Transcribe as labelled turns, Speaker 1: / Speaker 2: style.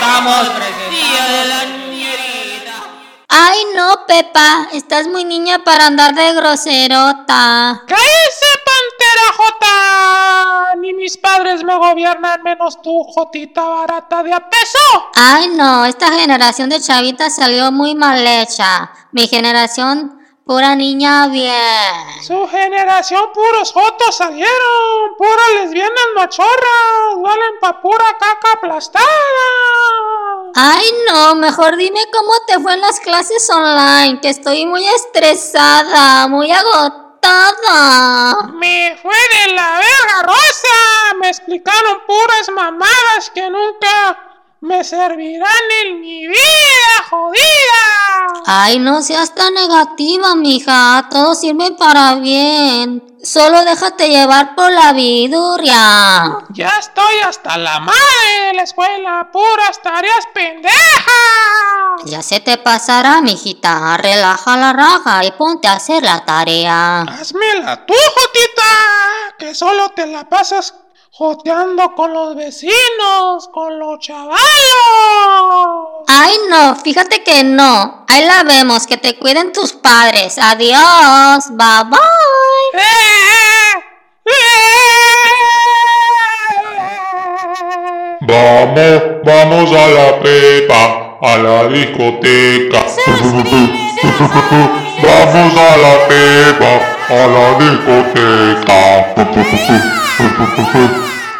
Speaker 1: vamos.
Speaker 2: Día de la niñerita.
Speaker 3: Ay, no, Pepa, estás muy niña para andar de groserota.
Speaker 4: ¡Cállese, pantera Jota! Ni mis padres me gobiernan menos tú, Jotita barata de a peso.
Speaker 3: Ay, no, esta generación de chavitas salió muy mal hecha. Mi generación, pura niña bien.
Speaker 4: Su generación puros Jotos salieron, puras lesbianas machorras, valen pa' pura caca aplastada.
Speaker 3: Ay, no, mejor dime cómo te fue en las clases online, que estoy muy estresada, muy agotada.
Speaker 4: Me fue de la verga rosa. Me explicaron puras mamadas que nunca me servirán en mi vida, jodida.
Speaker 3: Ay, no seas tan negativa, mija, todo sirve para bien. Solo déjate llevar por la viduria.
Speaker 4: Ya estoy hasta la madre de la escuela, puras tareas pendejas.
Speaker 3: Ya se te pasará, mijita, relaja la raja y ponte a hacer la tarea.
Speaker 4: Hazmela tú, Jotita, que solo te la pasas joteando con los vecinos, con los chavalos.
Speaker 3: Ay, no, fíjate que no. Ahí la vemos, que te cuiden tus padres. Adiós, bye bye.
Speaker 4: ¡Eh, eh, eh!
Speaker 5: Vamos, vamos a la pepa, a la discoteca. Vamos a la pepa, a la discoteca.